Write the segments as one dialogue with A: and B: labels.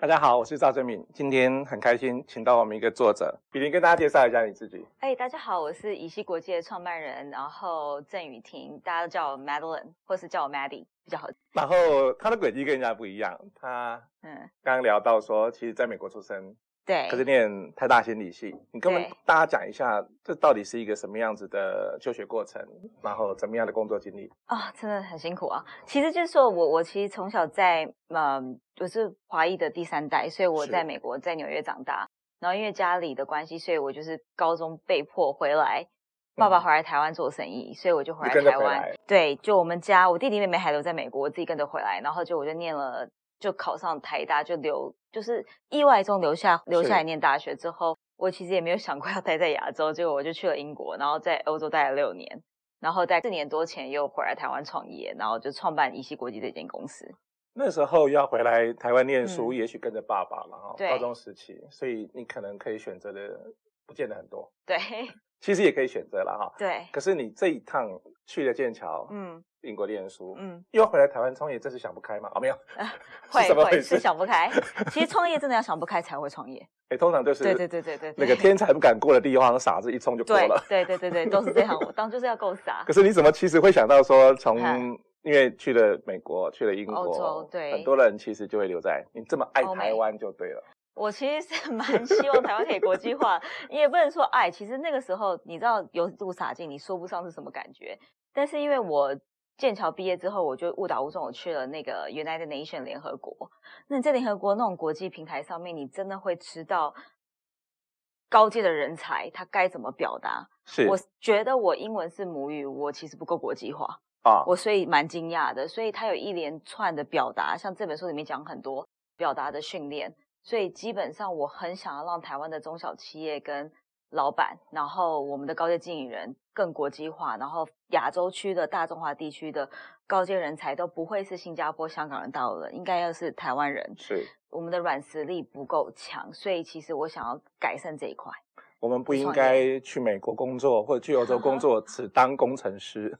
A: 大家好，我是赵正敏，今天很开心请到我们一个作者，比林跟大家介绍一下你自己。
B: 哎，大家好，我是乙烯国际的创办人，然后郑雨婷，大家都叫我 Madeline，或是叫我 Maddie 比较好。
A: 然后他的轨迹跟人家不一样，他
B: 嗯，
A: 刚刚聊到说，其实在美国出生，
B: 对
A: 可，是念台大心理系。你跟我们
B: 对
A: 大家讲一下，这到底是一个什么样子的就学过程，然后怎么样的工作经历？
B: 啊、真的很辛苦啊。其实就是说我我其实从小在嗯，我是华裔的第三代，所以我
A: 是
B: 在美国在纽约长大。然后因为家里的关系，所以我就是高中被迫回来，爸爸
A: 嗯
B: 回来台湾做生意，所以我就回
A: 你
B: 来
A: 跟着
B: 台
A: 回
B: 湾
A: 来。
B: 对，就我们家，我弟弟妹妹还留在美国，我自己跟着回来，然后就我就念了，就考上台大，就留，就是意外中留下留下来
A: 是
B: 念大学之后，我其实也没有想过要待在亚洲，结果我就去了英国，然后在欧洲待了六年，然后在四年多前又回来台湾创业，然后就创办乙烯国际这间公司。
A: 那时候要回来台湾念书，也许跟着爸爸，然后
B: 嗯对
A: 高中时期，所以你可能可以选择的不见得很多，
B: 对
A: 其实也可以选择了哈。
B: 对，
A: 可是你这一趟去了剑桥，
B: 嗯
A: 英国念书，
B: 嗯，
A: 又回来台湾创业，真是想不开吗？啊、没有，
B: 会
A: 是怎么回
B: 会
A: 事
B: 是？想 不开，其实创业真的要想不开才会创业。
A: 哎，通常就是
B: 对对对对对，
A: 那个
B: 对
A: 天才不敢过的地方，傻子一冲就过
B: 对
A: 了。
B: 对对对对，都是这样，我当就是要够傻
A: 可。是你怎么其实会想到说从
B: 嗯
A: 因为去了美国，去了英
B: 欧
A: 国
B: 洲，对
A: 很多人其实就会留在你这么爱
B: 欧美
A: 台湾就对了，
B: 我其实是 蛮希望台湾可以国际化，你也不能说爱。其实那个时候，你知道油度洒进，你说不上是什么感觉。但是因为我剑桥毕业之后，我就误打误撞我去了那个 United Nation 联合国。那你在联合国那种国际平台上面，你真的会知道高阶的人才他该怎么表达。
A: 是
B: 我觉得我英文是母语，我其实不够国际化。
A: 啊，
B: 我所以蛮惊讶的，所以他有一连串的表达，像这本书里面讲很多表达的训练，所以基本上我很想要让台湾的中小企业跟老板，然后我们的高阶经理人更国际化，然后亚洲区的大中华地区的高阶人才都不会是新加坡、香港人、大陆人，应该要是台湾人。
A: 是
B: 我们的软实力不够强，所以其实我想要改善这一块。
A: 我们不
B: 不
A: 应
B: 创
A: 该去美国工作或者去欧洲工作，只当工程 师。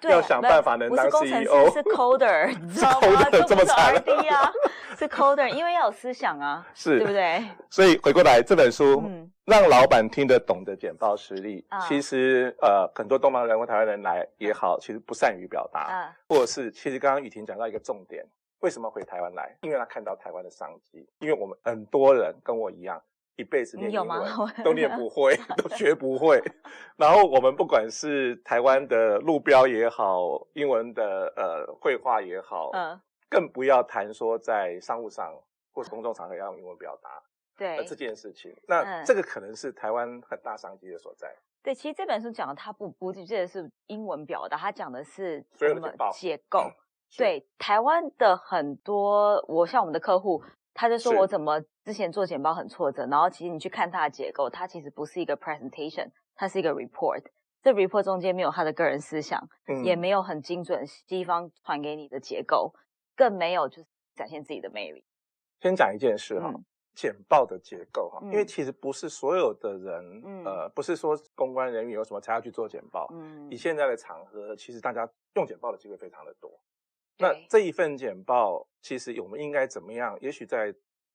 B: 对
A: 要想
B: 不
A: 办法能
B: 不
A: 当
B: 是工程
A: CEO
B: 师，是 coder，你知道吗？
A: coder，
B: 就
A: 这
B: 不
A: 么
B: 是
A: 惨
B: RD 啊，是 coder，因为要有思想啊，
A: 是，
B: 对不？对？
A: 所以回过来这本书，
B: 嗯
A: 让老板听得懂的简报实力，
B: 啊
A: 其实呃，很多东方人或台湾人来也好，其实不善于表达，
B: 啊，
A: 或者是其实刚刚雨婷讲到一个重点，为什么回台湾来？因为他看到台湾的商机，因为我们很多人跟我一样。一辈子念
B: 你
A: 英
B: 有
A: 文
B: 吗
A: 都念不会，都学不会。然后我们不管是台湾的路标也好，英文的呃绘画也好，
B: 嗯，
A: 更不要谈说在商务上或是公众场合要用英文表达。呃
B: 对
A: 这件事情。那
B: 嗯
A: 这个可能是台湾很大商机的所在。
B: 对。其实这本书讲的它不不记得是英文表达，它讲的是
A: 所有
B: 什
A: 的
B: 么
A: 简报嗯
B: 结构？
A: 是，
B: 对，台湾的很多，我像我们的客户，他就说
A: 是
B: 我怎么之前做简报很挫折，然后其实你去看它的结构，它其实不是一个 presentation，它是一个 report。这 report 中间没有他的个人思想，
A: 嗯
B: 也没有很精准西方传给你的结构，更没有就是展现自己的魅力。
A: 先讲一件事哈、
B: 嗯
A: 简报的结构哈、因为
B: 嗯
A: 其实不是所有的人，
B: 嗯
A: 呃，不是说公关人员有什么才要去做简报。
B: 嗯
A: 以，现在的场合，其实大家用简报的机会非常的多。那
B: 对
A: 这一份简报，其实我们应该怎么样？也许在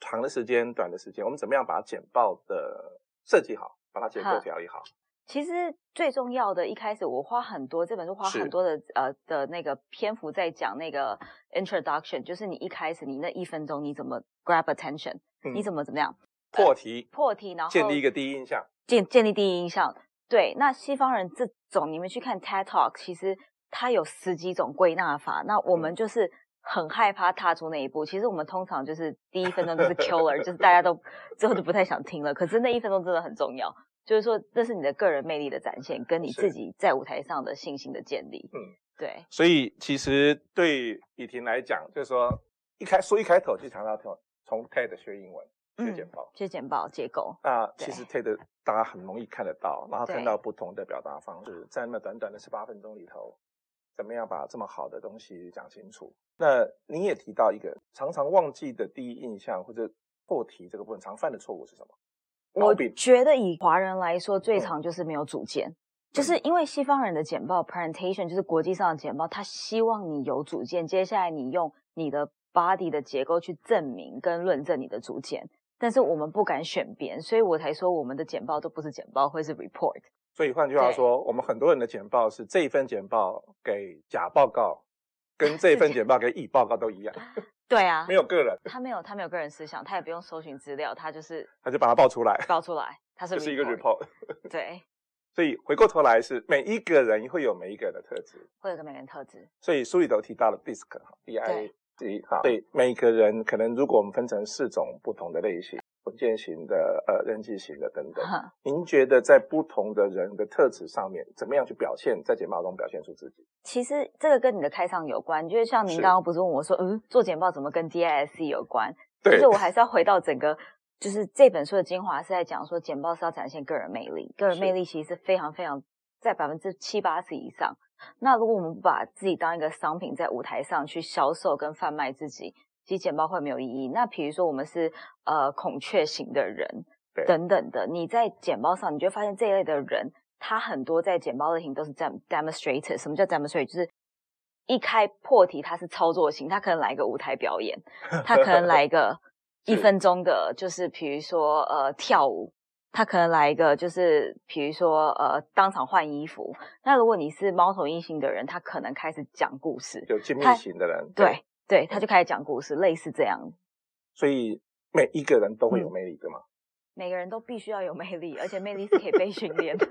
A: 长的时间、短的时间，我们怎么样把简报的设计好，把它结构
B: 好
A: 调理好？
B: 其实最重要的，一开始我花很多这本书花
A: 是
B: 很多的呃的那个篇幅在讲那个 introduction，就是你一开始你那一分钟你怎么 grab attention，、
A: 嗯
B: 你怎么怎么样
A: 破题，
B: 破题，然后
A: 建立一个第一印象。
B: 建建立第一印象。对，那西方人这种，你们去看 TED Talk，其实它有十几种归纳法。那我
A: 嗯
B: 们就是很害怕踏出那一步。其实我们通常就是第一分钟就是 killer，就是大家都最后就不太想听了。可是那一分钟真的很重要，就是说这是你的个人魅力的展现，跟你
A: 是
B: 自己在舞台上的信心的建立。
A: 嗯，
B: 对，
A: 所以其实对雨婷来讲，就是说一开书一开头就强调从从 TED 学英文学简报。
B: 就是简报结构。
A: 那
B: 嗯对
A: 其实 TED 大家很容易看得到，然后
B: 对
A: 看到不同的表达方式，在那短短的十八分钟里头，怎么样把这么好的东西讲清楚？那您也提到一个常常忘记的第一印象或者破题这个部分常犯的错误是什么？毛
B: 我
A: 病
B: 觉得以华人来说，最
A: 嗯
B: 常就是没有主见，就是因为西方人的简报 presentation 就是国际上的简报，他希望你有主见，接下来你用你的 body 的结构去证明跟论证你的主检，但是我们不敢选边，所以我才说我们的简报都不是简报，会是 report。
A: 所以换句话说，我们很多人的简报是这一份简报给甲报告，跟 这一份简报给乙报告都一样，
B: 对啊
A: 没，有个人，
B: 他没有他没有个人思想，他也不用搜寻资料，他就是
A: 他就把它报出来，
B: 报出来，他是
A: 就是一个 report。
B: 对，
A: 所以回过头来是每一个人会有每一个人的特质，
B: 会有个每个人特质，
A: 所以书里头提到了 DISC 哈，D I C 哈，对每个人可能如果我们分成四种不同的类型，文件型的、呃人际型的等等，您觉得在不同的人的特质上面，怎么样去表现，在简报中表现出自己？
B: 其实这个跟你的开场有关，就是像您
A: 是
B: 刚刚不是问我说，嗯，做简报怎么跟 DISC 有关？就
A: 对
B: 是，我还是要回到整个，就是这本书的精华是在讲说，简报是要展现个人魅力，个人
A: 是
B: 魅力其实是非常非常在百分之七八十以上。那如果我们把自己当一个商品在舞台上去销售跟贩卖自己，其实简报会没有意义。那比如说我们是呃孔雀型的人
A: 对
B: 等等的，你在简报上，你就会发现这一类的人，他很多在简报类型都是 dem demonstrator。什么叫 demonstrator？就是一开破题，他是操作型，他可能来一个舞台表演，他可能来一个
A: 是
B: 一分钟的，就是比如说呃跳舞，他可能来一个就是比如说呃当场换衣服。那如果你是猫头鹰型的人，他可能开始讲故事，
A: 有精密
B: 他
A: 型的人，
B: 对对，他就开始讲故事，类似这样。
A: 所以每一个人都
B: 嗯
A: 会有魅力的嘛。
B: 每个人都必须要有魅力，而且魅力是可以被训练的。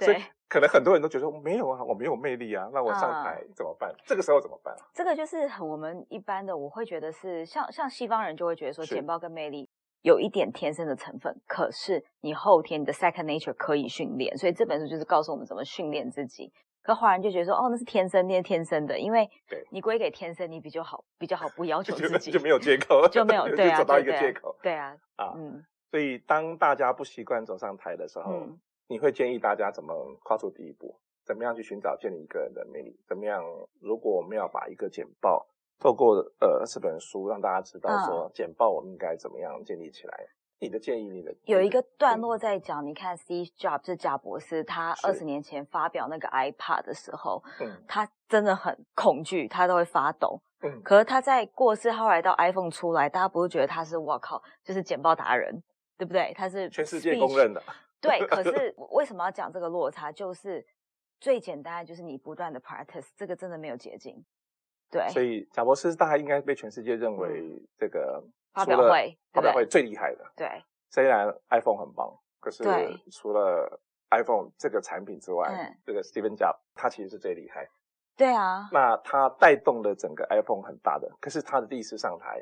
A: 所以
B: 对，
A: 可能很多人都觉得没有啊，我没有魅力啊，那我上台怎么办？这个时候怎么办？
B: 这个就是很我们一般的，我会觉得是像像西方人就会觉得说，
A: 是
B: 简报跟魅力有一点天生的成分，可是你后天你的 second nature 可以训练，所以这本书就是告诉我们怎么训练自己。可华人就觉得说，哦，那是天生，那是天生的，因为
A: 对
B: 你归给天生，你比较好，比较好不要求
A: 就
B: 自己，
A: 就没有借口，
B: 就没有对
A: 就
B: 啊，
A: 找到一个
B: 对啊
A: 借口。
B: 对啊，
A: 啊
B: 嗯
A: 所以当大家不习惯走上台的时候，
B: 嗯，
A: 你会建议大家怎么跨出第一步？怎么样去寻找建立一个人的魅力？怎么样？如果我们要把一个简报透过呃这本书让大家知道
B: 嗯
A: 说，简报我们应该怎么样建立起来？你的建议，你的
B: 有一个
A: 嗯
B: 段落在讲，你看 Steve Jobs 这贾博士，他
A: 是
B: 二十年前发表那个 iPad 的时候，
A: 嗯
B: 他真的很恐惧，他都会发抖。
A: 嗯，
B: 可是他在过世后来到 iPhone 出来，大家不是觉得他是哇靠，就是简报达人，对不对？他是
A: 全世界
B: speech-
A: 公认的，
B: 对，可是为什么要讲这个落差？就是最简单的就是你不断的 practice，这个真的没有捷径。对，嗯
A: 所以贾博士大概应该被全世界认为这个
B: 发表
A: 除了
B: 会
A: 发表会
B: 对
A: 最厉害的。
B: 对，
A: 虽然 iPhone 很棒，可是
B: 对
A: 除了 iPhone 这个产品之外，
B: 嗯
A: 这个 Steven Jobs 他其实是最厉害。
B: 对啊，
A: 那他带动了整个 iPhone 很大的，可是他的第一次上台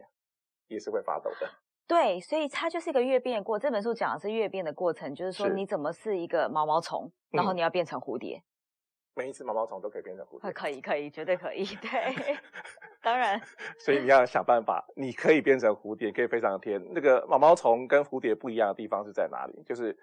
A: 也是会发抖的。
B: 对，所以它就是一个越变的过。这本书讲的是越变的过程，就是说
A: 是
B: 你怎么是一个毛毛虫，然后
A: 嗯
B: 你要变成蝴蝶，
A: 每一次毛毛虫都可以变成蝴蝶，
B: 会可以，可以，绝对可以。 对，当然，
A: 所以你要想办法，你可以变成蝴蝶，可以飞上天。那个毛毛虫跟蝴蝶不一样的地方是在哪里？就是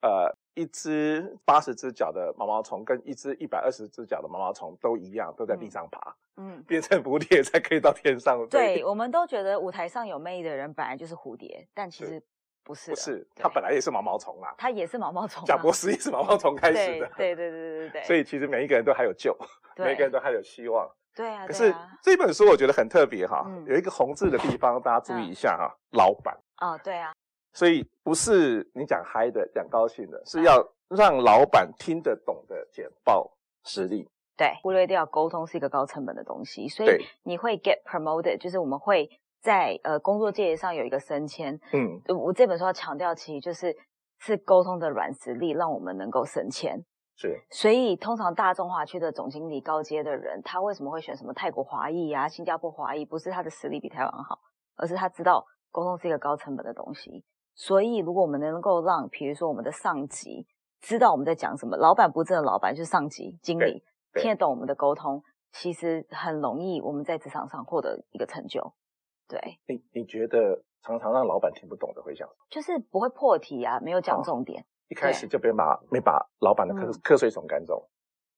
A: 呃，一只八十只脚的毛毛虫跟一只一百二十只脚的毛毛虫都一样，都在地
B: 嗯
A: 上爬，
B: 嗯，
A: 变成蝴蝶才可以到天上飞。
B: 对，我们都觉得舞台上有魅力的人本来就是蝴蝶，但其
A: 是
B: 实不是
A: 不
B: 的，
A: 是，
B: 对
A: 它本来也是毛毛虫啦。
B: 它也是毛毛虫啊。
A: 贾博士也是毛毛虫开始
B: 对
A: 的，
B: 对对对对对对，
A: 所
B: 以
A: 以其实每一个人都还有救，每一个人都还有希望。
B: 对啊，
A: 可
B: 对
A: 是
B: 啊，
A: 这本书我觉得很特别哈，
B: 嗯
A: 有一个红字的地方，大家注意一下哈，老板。
B: 哦，对啊，
A: 所以不是你讲嗨的、讲高兴的，
B: 嗯
A: 是要让老板听得懂的简报实力。
B: 对，忽略掉沟通是一个高成本的东西，所
A: 对
B: 以你会 get promoted，就是我们会在呃工作界上有一个升迁。
A: 嗯，
B: 呃我这本书要强调，其实就是是沟通的软实力，让我们能够升迁。
A: 是
B: 所以，通常大中华区的总经理高阶的人，他为什么会选什么泰国华裔啊、新加坡华裔？不是他的实力比台湾好，而是他知道沟通是一个高成本的东西。所以，如果我们能够让，比如说我们的上级知道我们在讲什么，老板不是真的老板，就是上级经理
A: 对对
B: 听得懂我们的沟通，其实很容易我们在职场上获得一个成就。对，
A: 你你觉得常常让老板听不懂的会讲什么，
B: 就是不会破题啊，没有讲
A: 哦
B: 重点。
A: 一开始就别把没把老板的瞌
B: 嗯
A: 瞌睡虫赶走，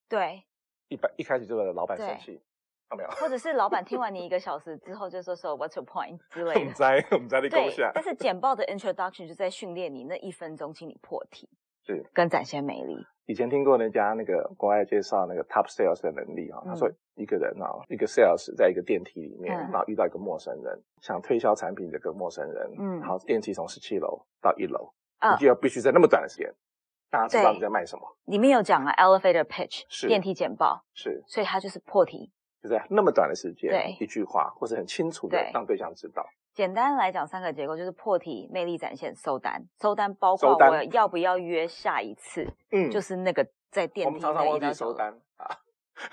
B: 对，
A: 一般一开始就让老板
B: 对
A: 生气，看到没有？
B: 或者是老板听完你一个小时之后就说说 What's your point 之
A: 我
B: 类的
A: 们。在我们在那攻
B: 啊对
A: 下，
B: 但是简报的 introduction 就在训练你那一分钟，请你破题。
A: 是
B: 跟展现美丽。
A: 以前听过那家那个国外介绍那个 top sales 的能力啊，
B: 嗯
A: 他说一个人啊，一个 sales 在一个电梯里面，
B: 嗯
A: 然后遇到一个陌生人，想推销产品的一个陌生人，
B: 嗯
A: 然后电梯从十七楼到一楼，
B: 啊
A: 你就要必须在那么短的时间，大家知道
B: 对
A: 你在卖什么，
B: 里面有讲了 elevator pitch，
A: 是
B: 电梯简报，
A: 是
B: 所以它就是破题。
A: 就在那么短的时间
B: 对，
A: 一句话或者很清楚的
B: 对
A: 让对象知道，
B: 简单来讲，三个结构就是破题、魅力展现、收单。收单包括
A: 收单
B: 我要不要约下一次，
A: 嗯
B: 就是那个在电
A: 我
B: 梯
A: 们常常
B: 那
A: 忘
B: 一到
A: 记
B: 九
A: 收
B: 楼，
A: 单 啊，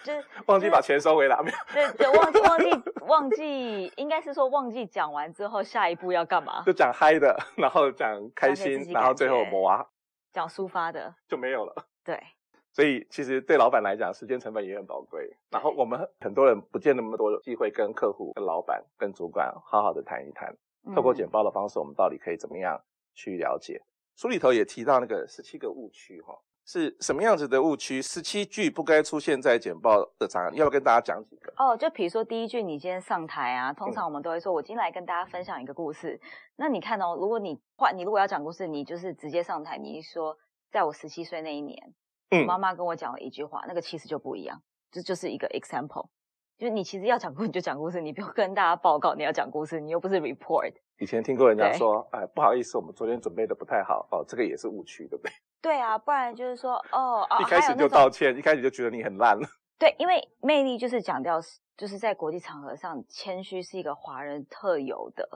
B: 就是
A: 忘记把钱收回来，没有
B: 对对，忘记忘记忘记，应该是说忘记讲完之后下一步要干嘛
A: 就，讲嗨的，然后讲开
B: 讲给
A: 心
B: 自，己
A: 然后最后
B: 感觉
A: 磨啊
B: 讲抒发的，
A: 就没有了。
B: 对，
A: 所以其实对老板来讲，时间成本也很宝贵。然后我们很多人不见那么多机会跟客户、跟老板、跟主管好好的谈一谈，透过
B: 嗯
A: 简报的方式，我们到底可以怎么样去了解？书里头也提到那个十七个误区哈，是什么样子的误区？十七句不该出现在简报的场合，要不要跟大家讲几个？
B: 哦，就比如说第一句，你今天上台啊，
A: 嗯
B: 通常我们都会说，我今天来跟大家分享一个故事。那你看哦，如果你换，你如果要讲故事，你就是直接上台，你一说，在我十七岁那一年，
A: 嗯
B: 妈妈跟我讲了一句话，那个其实就不一样，这就是一个 example。就是你其实要讲故事你就讲故事，你不用跟大家报告你要讲故事，你又不是 report。
A: 以前听过人家
B: 对
A: 说，哎，不好意思，我们昨天准备的不太好哦，这个也是误区，对不对？
B: 对啊，不然就是说哦，哦
A: 一开
B: 还
A: 始
B: 有那
A: 就
B: 种
A: 道歉，一开始就觉得你很烂了，
B: 对，因为魅力就是讲掉，就是在国际场合上，谦虚是一个华人特有的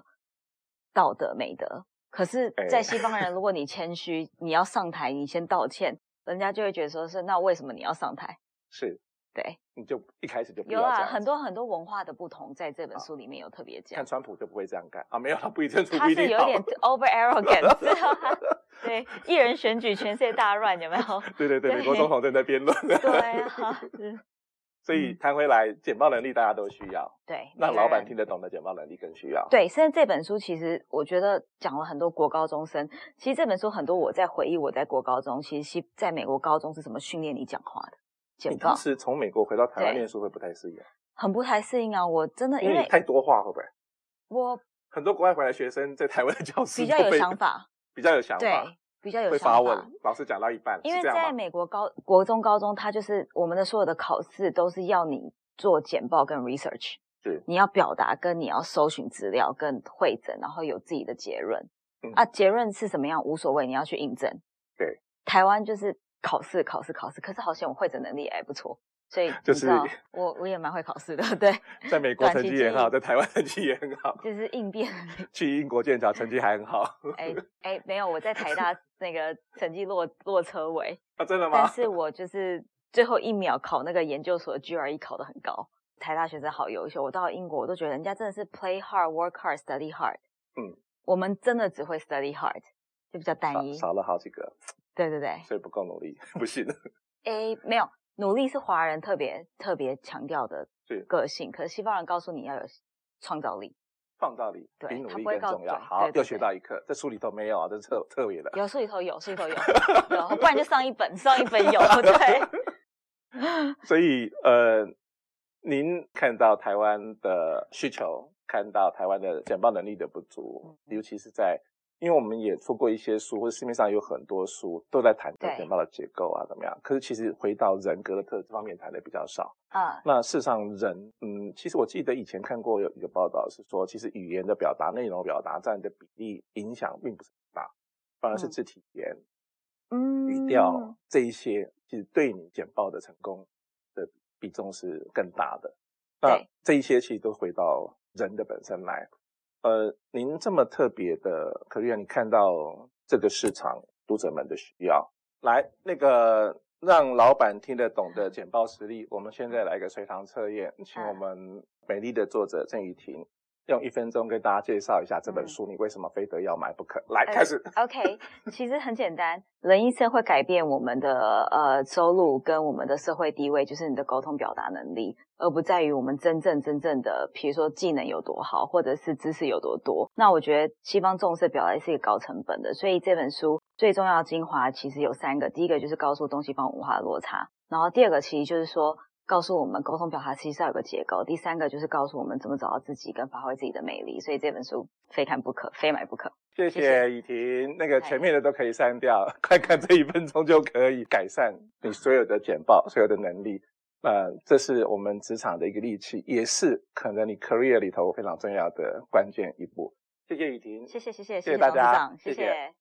B: 道德美德。可是
A: 哎，
B: 在西方人，如果你谦虚，你要上台，你先道歉，人家就会觉得说是那为什么你要上台？
A: 是，
B: 对，
A: 你就一开始就不要
B: 有
A: 这
B: 啊，
A: 样子。
B: 很多很多文化的不同，在这
A: 啊
B: 本书里面有特别讲
A: 看，川普就不会这样干啊，没有啦，不一定，
B: 他
A: 不一
B: 是
A: 定
B: 有
A: 好
B: 点 over arrogant，知道吗？ 对，一人选举，全世界大乱，有没有？
A: 对对对，
B: 对
A: 美国总统正在辩论，
B: 对啊，是
A: 所以谈回来，简报能力大家都需要，
B: 对，
A: 让
B: 每个
A: 老板
B: 人
A: 听得懂的简报能力更需要。，
B: 对，甚至这本书其实我觉得讲了很多国高中生。其实这本书很多我在回忆我在国高中，其实西在美国高中是怎么训练你讲话的，简
A: 你
B: 报
A: 当时从美国回到台湾
B: 对
A: 念书会不太适应，
B: 很不太适应啊。我真的因
A: 因为
B: 为
A: 你太多话会不会？
B: 我
A: 很多国外回来学生在台湾的教室
B: 比较
A: 就
B: 有
A: 被
B: 想，法，
A: 比较有想
B: 对
A: 法，，
B: 比较有
A: 会
B: 想
A: 发
B: 法。
A: 问，老师讲到一半，
B: 因
A: 是
B: 为
A: 这样
B: 在
A: 吗
B: 美国高国中、高中，它就是我们的所有的考试都是要你做简报跟 research，
A: 是
B: 你要表达跟你要搜寻资料跟会诊，然后有自己的结论、
A: 嗯
B: 啊，结论是什么样无所谓，你要去印证。
A: 对，
B: 台湾就是考试、考试、考试，可是好像我会诊能力也还不错，所以
A: 就
B: 你知道
A: 是
B: 我我也蛮会考试的，对，
A: 在美国
B: 短
A: 成
B: 期
A: 绩
B: 记
A: 也很好，
B: 忆
A: 在台湾成绩也很 好，
B: 就是应 变能力。
A: 去英国剑桥成绩还很好
B: 哎哎，没有，我在台大那个成绩落落车尾。
A: 啊，真的
B: 但
A: 吗？
B: 是我就是最后一秒考那个研究所的 GRE 考得很高，台大学生好优秀。我到英国，我都觉得人家真的是 play hard, work hard, study hard。
A: 嗯，
B: 我们真的只会 study hard，就比较单
A: 少
B: 一。
A: 少了好几个，
B: 对对对，
A: 所以不够努力， 不行。
B: 诶，没有，努力是华人特别特别强调的
A: 是
B: 个性，可是西方人告诉你要有创造力。
A: 创造力
B: 对
A: 比努
B: 他
A: 力
B: 不会
A: 更
B: 告
A: 重要。
B: 对
A: 好
B: 对，对
A: 又学到一课，这书里头没有啊，这是特特别的。
B: 有书里头有，书里头有，有，不然就上一本，上一本有， 对。
A: 所以呃，您看到台湾的需求，看到台湾的简报能力的不足，
B: 嗯
A: 尤其是在。因为我们也出过一些书，或者市面上有很多书都在谈这个
B: 对
A: 简报的结构啊，怎么样？可是其实回到人格的特质方面谈的比较少。
B: 啊，
A: 那事实上人，嗯，其实我记得以前看过有一个报道是说，其实语言的表达、内容表达占的比例影响并不是很大，反而是
B: 嗯
A: 肢体语言、
B: 嗯，
A: 语调这一些，其实对你简报的成功的比重是更大的。那
B: 对
A: 这一些其实都回到人的本身来。呃，您这么特别的，可丽亚，你看到这个市场读者们的需要，来那个让老板听得懂的简报实例，我们现在来个随堂测验，请
B: 嗯
A: 我们美丽的作者郑雨婷用一分钟跟大家介绍一下这本
B: 嗯
A: 书，你为什么非得要买不可？来，
B: 呃
A: 开始。
B: OK，其实很简单，人一生会改变我们的呃收入跟我们的社会地位，就是你的沟通表达能力，而不在于我们真正真正的，比如说技能有多好，或者是知识有多多。那我觉得西方重视表达是一个高成本的，所以这本书最重要的精华其实有三个，第一个就是告诉东西方文化的落差，然后第二个其实就是说告诉我们沟通表达其实是要有个结构，第三个就是告诉我们怎么找到自己跟发挥自己的魅力，所以这本书非看不可，非买不可。
A: 谢
B: 谢
A: 谢雨婷，那个
B: 哎
A: 前面的都可以删掉，看看这一分钟就可以改善你所有的简报、所有的能力。呃，这是我们职场的一个利器，也是可能你 career 里头非常重要的关键一步。谢谢雨婷，
B: 谢谢谢谢
A: 谢谢大
B: 董事
A: 家
B: 长，
A: 谢谢
B: 谢